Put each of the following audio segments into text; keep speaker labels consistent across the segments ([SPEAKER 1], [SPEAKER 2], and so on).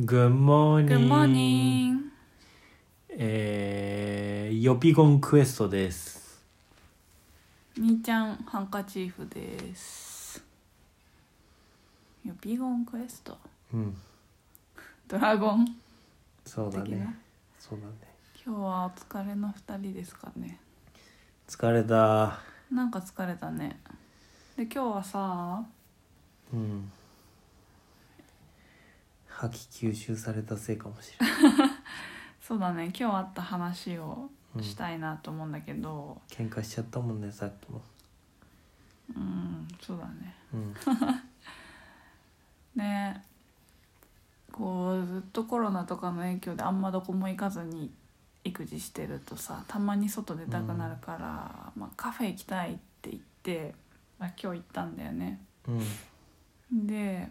[SPEAKER 1] Good morning.
[SPEAKER 2] Good morning.
[SPEAKER 1] えー、予備ゴンクエストです。
[SPEAKER 2] 兄ちゃんハンカチーフです。予備ゴンクエスト。
[SPEAKER 1] うん、
[SPEAKER 2] ドラゴン
[SPEAKER 1] そう
[SPEAKER 2] 的
[SPEAKER 1] だ
[SPEAKER 2] な。
[SPEAKER 1] ね。そうだね。
[SPEAKER 2] 今日はお疲れの二人ですかね。
[SPEAKER 1] 疲れた。
[SPEAKER 2] なんか疲れたね。で今日はさ、
[SPEAKER 1] うん。吐き吸収されたせいかもしれない。
[SPEAKER 2] そうだね。今日あった話を
[SPEAKER 1] うん
[SPEAKER 2] したいなと思うんだけど、
[SPEAKER 1] 喧嘩しちゃったもんね、さっきも。
[SPEAKER 2] うん、そうだね。
[SPEAKER 1] うん。
[SPEAKER 2] ね。こうずっとコロナとかの影響であんまどこも行かずに育児してるとさたまに外出たくなるから、まあ、カフェ行きたいって言って、まあ、今日行ったんだよね
[SPEAKER 1] うん。
[SPEAKER 2] で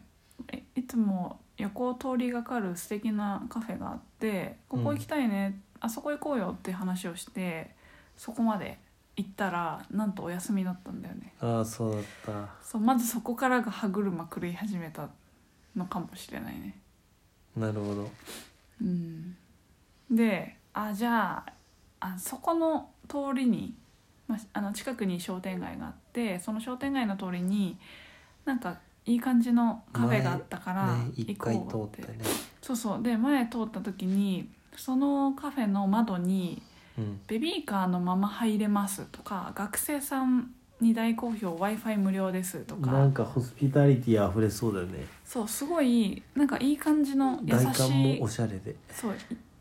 [SPEAKER 2] えいつも横を通りがかる素敵なカフェがあってここ行きたいね、あそこ行こうよって話をしてそこまで行ったらなんとお休みだったんだよね
[SPEAKER 1] ああ、そうだった。
[SPEAKER 2] そうまずそこからが歯車狂い始めたのかもしれないね
[SPEAKER 1] なるほど。
[SPEAKER 2] うん、であじゃああそこの通りに、まあ、あの近くに商店街があってその商店街の通りになんかいい感じのカフェがあったから
[SPEAKER 1] ね、一
[SPEAKER 2] 行
[SPEAKER 1] 回通
[SPEAKER 2] こ
[SPEAKER 1] っ
[SPEAKER 2] うって
[SPEAKER 1] てね。
[SPEAKER 2] そうそうで前通った時にそのカフェの窓に
[SPEAKER 1] うん。
[SPEAKER 2] 「ベビーカーのまま入れます」とか「学生さんに大好評 w i f i 無料です」と
[SPEAKER 1] な
[SPEAKER 2] か
[SPEAKER 1] んかホスピタリティ溢れそうだよね。
[SPEAKER 2] そうすごいなんかいい感じの優しい
[SPEAKER 1] 外観もおしゃれで。
[SPEAKER 2] そう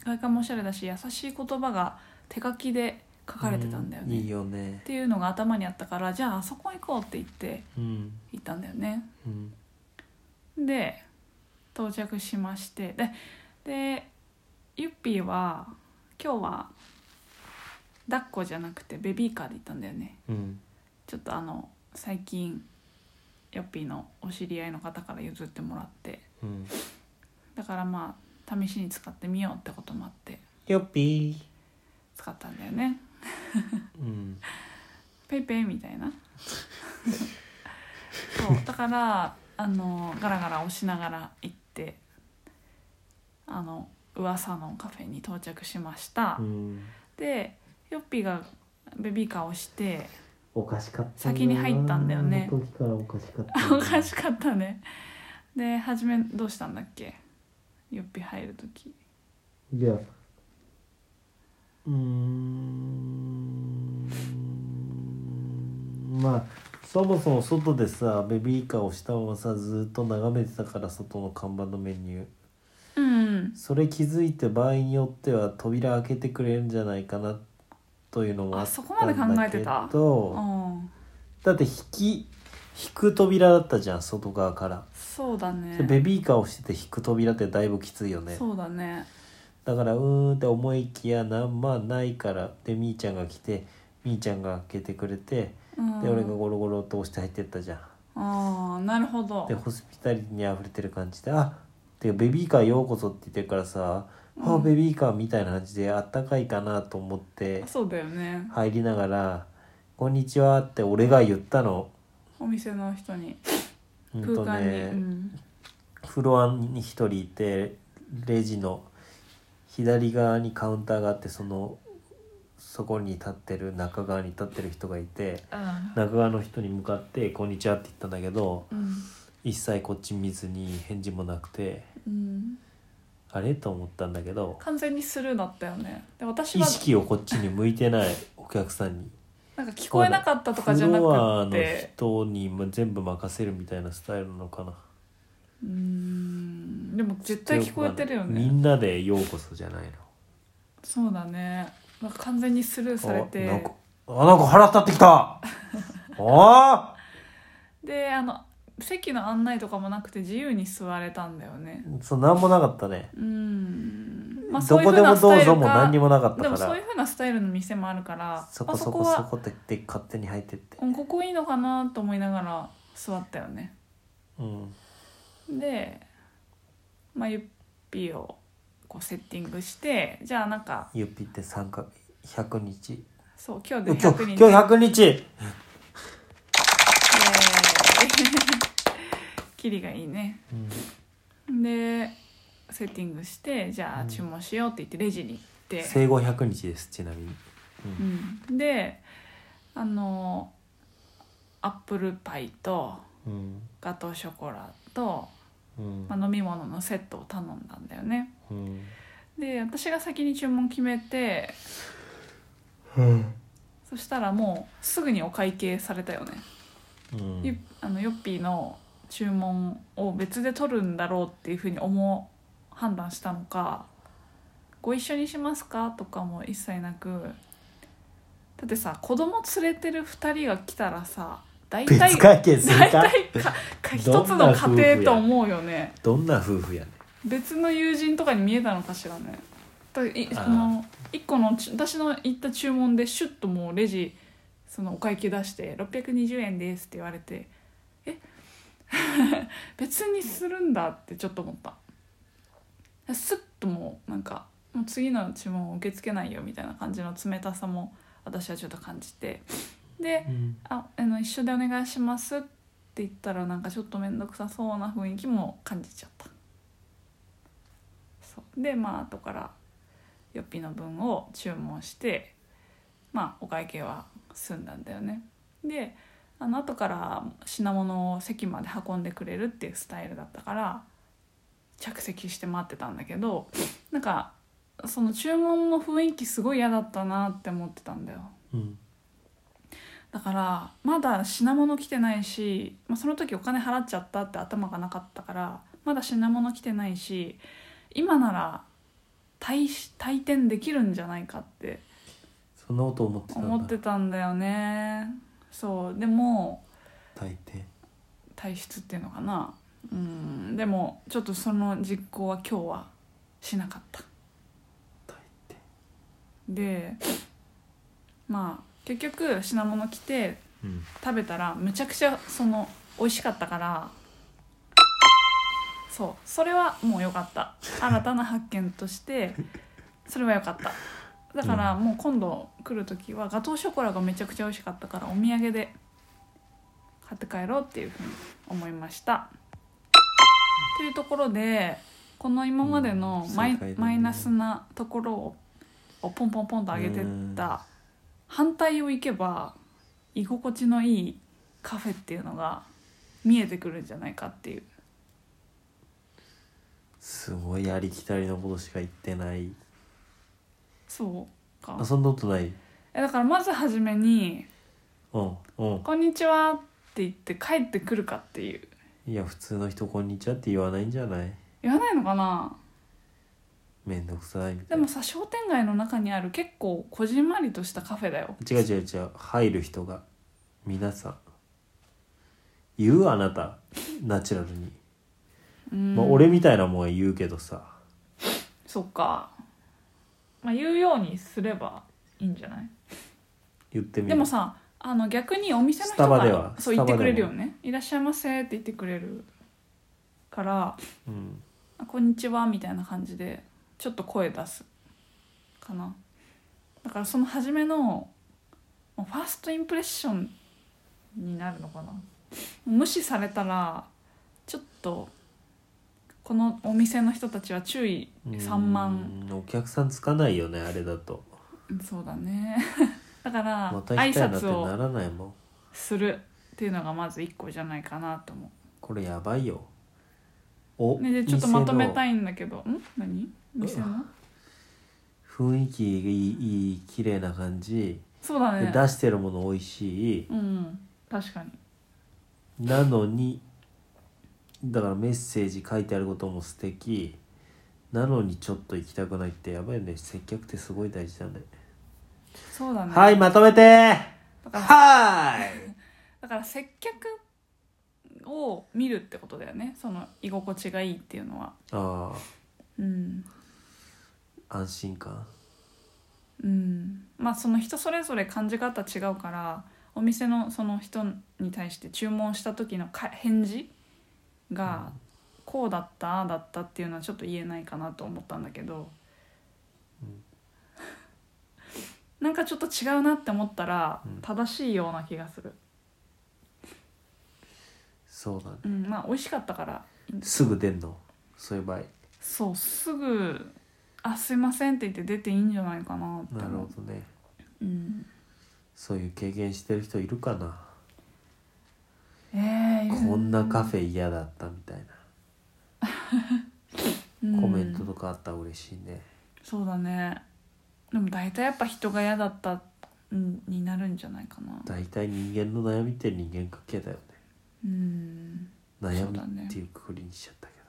[SPEAKER 2] 外観もおしゃれだし優しい言葉が手書きで書かれてたんだよ
[SPEAKER 1] う
[SPEAKER 2] ね、
[SPEAKER 1] いい
[SPEAKER 2] っ
[SPEAKER 1] よね。
[SPEAKER 2] ていうのが頭にあったからじゃああそこ行こうって言って
[SPEAKER 1] うん。
[SPEAKER 2] 行ったんだよね
[SPEAKER 1] うん。
[SPEAKER 2] で到着しましてででゆっぴーは今日は抱っこじゃなくてベビーカーで行ったんだよね
[SPEAKER 1] うん。
[SPEAKER 2] ちょっとあの最近ゆっぴーのお知り合いの方から譲ってもらって
[SPEAKER 1] うん。
[SPEAKER 2] だからまあ試しに使ってみようってこともあって
[SPEAKER 1] よっぴ
[SPEAKER 2] 使ったんだよね
[SPEAKER 1] ー。うん。
[SPEAKER 2] ペイペイみたい なそうだからあのガラガラ押しながら行ってあの噂のカフェに到着しました、
[SPEAKER 1] うん。
[SPEAKER 2] でヨッピーがベビーカーを押して
[SPEAKER 1] おかしかった
[SPEAKER 2] 先に入ったんだよね
[SPEAKER 1] あの時からおかしかった
[SPEAKER 2] おかし
[SPEAKER 1] か
[SPEAKER 2] かったねで初めどうしたんだっけヨッピー入る時
[SPEAKER 1] いやうーんまあそもそも外でさベビーカーをしたままさずっと眺めてたから外の看板のメニュー
[SPEAKER 2] うん
[SPEAKER 1] それ気づいて場合によっては扉開けてくれるんじゃないかなというのもあったんだけど
[SPEAKER 2] あそこまで考えてたうん
[SPEAKER 1] だって引き引く扉だったじゃん外側から
[SPEAKER 2] そうだね
[SPEAKER 1] でベビーカーをしてて引く扉ってだいぶきついよね
[SPEAKER 2] そうだね
[SPEAKER 1] だからうーんって思いきやなんまあないからでみーちゃんが来てみーちゃんが開けてくれて
[SPEAKER 2] うん
[SPEAKER 1] で俺がゴロゴロと押して入ってったじゃん
[SPEAKER 2] ああなるほど
[SPEAKER 1] でホスピタリティに溢れてる感じで「あてかベビーカーようこそ」って言ってるからさ「あ
[SPEAKER 2] うん
[SPEAKER 1] ベビーカー」みたいな感じであったかいかなと思って
[SPEAKER 2] そうだよね
[SPEAKER 1] 入りながら「こんにちは」って俺が言ったの。
[SPEAKER 2] お店の人に
[SPEAKER 1] うん
[SPEAKER 2] 空
[SPEAKER 1] と
[SPEAKER 2] 間に、
[SPEAKER 1] ね
[SPEAKER 2] うん
[SPEAKER 1] フロアに一人いてレジの左側にカウンターがあってそのそこに立ってる中側に立ってる人がいて中側の人に向かって「こんにちは」って言ったんだけど
[SPEAKER 2] うん
[SPEAKER 1] 一切こっち見ずに返事もなくて
[SPEAKER 2] うん、
[SPEAKER 1] あれと思ったんだけど
[SPEAKER 2] 完全にスルーだったよねで私
[SPEAKER 1] 意
[SPEAKER 2] は
[SPEAKER 1] 識をこっちに向いてないお客さんに
[SPEAKER 2] なんか聞こえなかったとかじゃな
[SPEAKER 1] フロア
[SPEAKER 2] く
[SPEAKER 1] の
[SPEAKER 2] て
[SPEAKER 1] 人に全部任せるみたいなスタイルなのかな
[SPEAKER 2] うんでも絶対聞こえてるよ
[SPEAKER 1] み
[SPEAKER 2] ね
[SPEAKER 1] んなで「ようこそ」じゃないの
[SPEAKER 2] そうだねなんか完全にスルーされ
[SPEAKER 1] あなん
[SPEAKER 2] て
[SPEAKER 1] かあなんか腹立ってき たあ
[SPEAKER 2] であの席の案内とかもなくて自由に座れたんだよね
[SPEAKER 1] ーそうなんもなかったね、
[SPEAKER 2] うん、まあ、
[SPEAKER 1] どこでもど
[SPEAKER 2] そう
[SPEAKER 1] う
[SPEAKER 2] いう風なスタイ
[SPEAKER 1] ぞ
[SPEAKER 2] ル
[SPEAKER 1] も
[SPEAKER 2] か
[SPEAKER 1] 何にもなかった
[SPEAKER 2] で
[SPEAKER 1] か
[SPEAKER 2] もそう
[SPEAKER 1] ら
[SPEAKER 2] いうふうなスタイルの店もあるから
[SPEAKER 1] そ
[SPEAKER 2] ま
[SPEAKER 1] こ
[SPEAKER 2] あ
[SPEAKER 1] そこそこって言って勝手に入ってって
[SPEAKER 2] うんここいいのかなと思いながら座ったよね
[SPEAKER 1] うん
[SPEAKER 2] で、まあ、ゆっぴーをこうセッティングしてじゃあなんか
[SPEAKER 1] ゆっぴって参加100日
[SPEAKER 2] そう今日で
[SPEAKER 1] 今日今
[SPEAKER 2] 100
[SPEAKER 1] 日100
[SPEAKER 2] 人
[SPEAKER 1] 日
[SPEAKER 2] キリがいいね
[SPEAKER 1] うん
[SPEAKER 2] でセッティングしてじゃ
[SPEAKER 1] う
[SPEAKER 2] あ
[SPEAKER 1] ん
[SPEAKER 2] 注文しようって言ってレジに行って、
[SPEAKER 1] 生後100日ですちなみに、う
[SPEAKER 2] うんん、であのアップルパイと
[SPEAKER 1] うん
[SPEAKER 2] ガトーショコラと、
[SPEAKER 1] うん
[SPEAKER 2] まあ、飲み物のセットを頼んだんだよね
[SPEAKER 1] うん
[SPEAKER 2] で私が先に注文決めて
[SPEAKER 1] うん
[SPEAKER 2] そしたらもうすぐにお会計されたよね、
[SPEAKER 1] うん
[SPEAKER 2] ゆあのヨッピーの注文を別で取るんだろうっていうふうに思う判断したのか「ご一緒にしますか?」とかも一切なくだってさ子供連れてる2人が来たらさ大体
[SPEAKER 1] 別会計する
[SPEAKER 2] 大
[SPEAKER 1] か
[SPEAKER 2] 体かか一
[SPEAKER 1] ど
[SPEAKER 2] つ
[SPEAKER 1] んな
[SPEAKER 2] の
[SPEAKER 1] 夫婦や
[SPEAKER 2] 家庭と思うよね
[SPEAKER 1] どんな夫婦やね
[SPEAKER 2] 別の友人とかに見えたのかしらねだい
[SPEAKER 1] あー
[SPEAKER 2] その1個のち私の行った注文でシュッともうレジそのお会計出して「620円です」って言われてえ 別にするんだってちょっと思ったスッともうなんかもう次の注文を受け付けないよみたいな感じの冷たさも私はちょっと感じてで
[SPEAKER 1] うん
[SPEAKER 2] ああの一緒でお願いしますって言ったらなんかちょっと面倒くさそうな雰囲気も感じちゃったそうでまあ後からよっぴの分を注文してまあお会計は済んだんだよねであの後から品物を席まで運んでくれるっていうスタイルだったから着席して待ってたんだけどなんかその注文の雰囲気すごい嫌だったなって思ってたんだよ
[SPEAKER 1] うん
[SPEAKER 2] だからまだ品物来てないし、まあ、その時お金払っちゃったって頭がなかったからまだ品物来てないし今なら退し退店できるんじゃないかって
[SPEAKER 1] そんなこと思ってたんだ
[SPEAKER 2] 思ってたんだよねそうでも
[SPEAKER 1] 大抵
[SPEAKER 2] 退出っていうのかなうんでもちょっとその実行は今日はしなかった
[SPEAKER 1] 大抵
[SPEAKER 2] でまあ結局品物来て
[SPEAKER 1] うん
[SPEAKER 2] 食べたらむちゃくちゃその美味しかったからそうそれはもう良かった新たな発見としてそれは良かっただからもう今度来る時はガトーショコラがめちゃくちゃ美味しかったからお土産で買って帰ろうっていうふうに思いましたというところでこの今までの
[SPEAKER 1] うん
[SPEAKER 2] マイ,、
[SPEAKER 1] 正解だね
[SPEAKER 2] マイナスなところををポンポンポンと上げてった反対をいけば居心地のいいカフェっていうのが見えてくるんじゃないかっていう
[SPEAKER 1] すごいありきたりのことしか言ってない
[SPEAKER 2] そうか
[SPEAKER 1] 遊んだことない
[SPEAKER 2] えだからまず初めに
[SPEAKER 1] うんう
[SPEAKER 2] 「
[SPEAKER 1] ん
[SPEAKER 2] こんにちは」って言って帰ってくるかっていう
[SPEAKER 1] いや普通の人「こんにちは」って言わないんじゃない
[SPEAKER 2] 言わないのかな
[SPEAKER 1] めんどくさいみた
[SPEAKER 2] で
[SPEAKER 1] いな
[SPEAKER 2] もさ商店街の中にある結構こじんまりとしたカフェだよ
[SPEAKER 1] 違う違う違う入る人が皆さん言うあなたナチュラルに、
[SPEAKER 2] うん
[SPEAKER 1] まあ、俺みたいなもんは言うけどさ
[SPEAKER 2] そっかまあ言うようにすればいいんじゃない
[SPEAKER 1] 言ってみ
[SPEAKER 2] で
[SPEAKER 1] る
[SPEAKER 2] もさあの逆にお店の
[SPEAKER 1] ス
[SPEAKER 2] 人
[SPEAKER 1] タバで
[SPEAKER 2] が
[SPEAKER 1] は
[SPEAKER 2] そう
[SPEAKER 1] ス
[SPEAKER 2] 言
[SPEAKER 1] タ
[SPEAKER 2] っ
[SPEAKER 1] バでも
[SPEAKER 2] てくれるよね「いらっしゃいませ」って言ってくれるから
[SPEAKER 1] うん、
[SPEAKER 2] あこんにちはみたいな感じでちょっと声出すかなだからその初めのファーストインプレッションになるのかな無視されたらちょっとこのお店の人たちは注意3万
[SPEAKER 1] うんお客さんつかないよねあれだと
[SPEAKER 2] そうだね だから
[SPEAKER 1] また
[SPEAKER 2] 挨
[SPEAKER 1] 来たいなって
[SPEAKER 2] 拶
[SPEAKER 1] な
[SPEAKER 2] を
[SPEAKER 1] らないもん
[SPEAKER 2] するっていうのがまず1個じゃないかなと思
[SPEAKER 1] これやばいよお
[SPEAKER 2] う、ね、でちょっとまとめた
[SPEAKER 1] い
[SPEAKER 2] いんだけどん何店の
[SPEAKER 1] 雰囲気いいいい綺麗な感じ、
[SPEAKER 2] そうだ
[SPEAKER 1] で
[SPEAKER 2] ね
[SPEAKER 1] 出してるもの美味しい
[SPEAKER 2] うん確かに
[SPEAKER 1] なのにだからメッセージ書いてあることも素敵なのにちょっと行きたくないってやばいよね接客ってすごい大事だね
[SPEAKER 2] そうだね
[SPEAKER 1] はいまとめて
[SPEAKER 2] だから
[SPEAKER 1] はーい
[SPEAKER 2] だから接客を見るってことだよねその居心地がいいっていうのは
[SPEAKER 1] あ
[SPEAKER 2] うん
[SPEAKER 1] あ安心感
[SPEAKER 2] うんまあその人それぞれ感じ方違うからお店のその人に対して注文した時のか返事がこうだったああだったっていうのはちょっと言えないかなと思ったんだけど、 なんかちょっと違うなって思ったら
[SPEAKER 1] うん
[SPEAKER 2] 正しいような気がする、
[SPEAKER 1] そうだね
[SPEAKER 2] うん、まあ美味しかったからいいんだ
[SPEAKER 1] すぐ出んのそういう場合
[SPEAKER 2] そうすぐ「あすいません」って言って出ていいんじゃないかなって
[SPEAKER 1] なる
[SPEAKER 2] 思
[SPEAKER 1] ほ
[SPEAKER 2] う、
[SPEAKER 1] どね
[SPEAKER 2] うん、
[SPEAKER 1] そういう経験してる人いるかな、
[SPEAKER 2] えー、
[SPEAKER 1] こんなカフェ嫌だったみたいな
[SPEAKER 2] うん
[SPEAKER 1] コメントとかあったら嬉しいね、
[SPEAKER 2] そうだねでも大体やっぱ人が嫌だったんになるんじゃないかな
[SPEAKER 1] 大体人間の悩みって人間関係だよね
[SPEAKER 2] うん
[SPEAKER 1] 悩
[SPEAKER 2] そうだ
[SPEAKER 1] み
[SPEAKER 2] ね
[SPEAKER 1] っていうくくりにしちゃったけど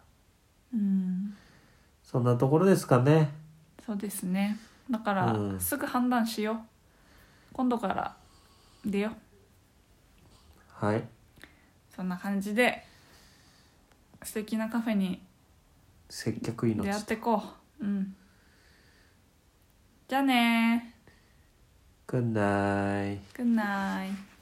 [SPEAKER 2] うん
[SPEAKER 1] そ,、んなところですかね
[SPEAKER 2] そうですねだから
[SPEAKER 1] うん
[SPEAKER 2] すぐ判断しよう、今度から出よう
[SPEAKER 1] はい
[SPEAKER 2] そんな感じで素敵なカフェに
[SPEAKER 1] 接客命
[SPEAKER 2] 出会ってこううんじゃあね
[SPEAKER 1] くんない
[SPEAKER 2] ー Good night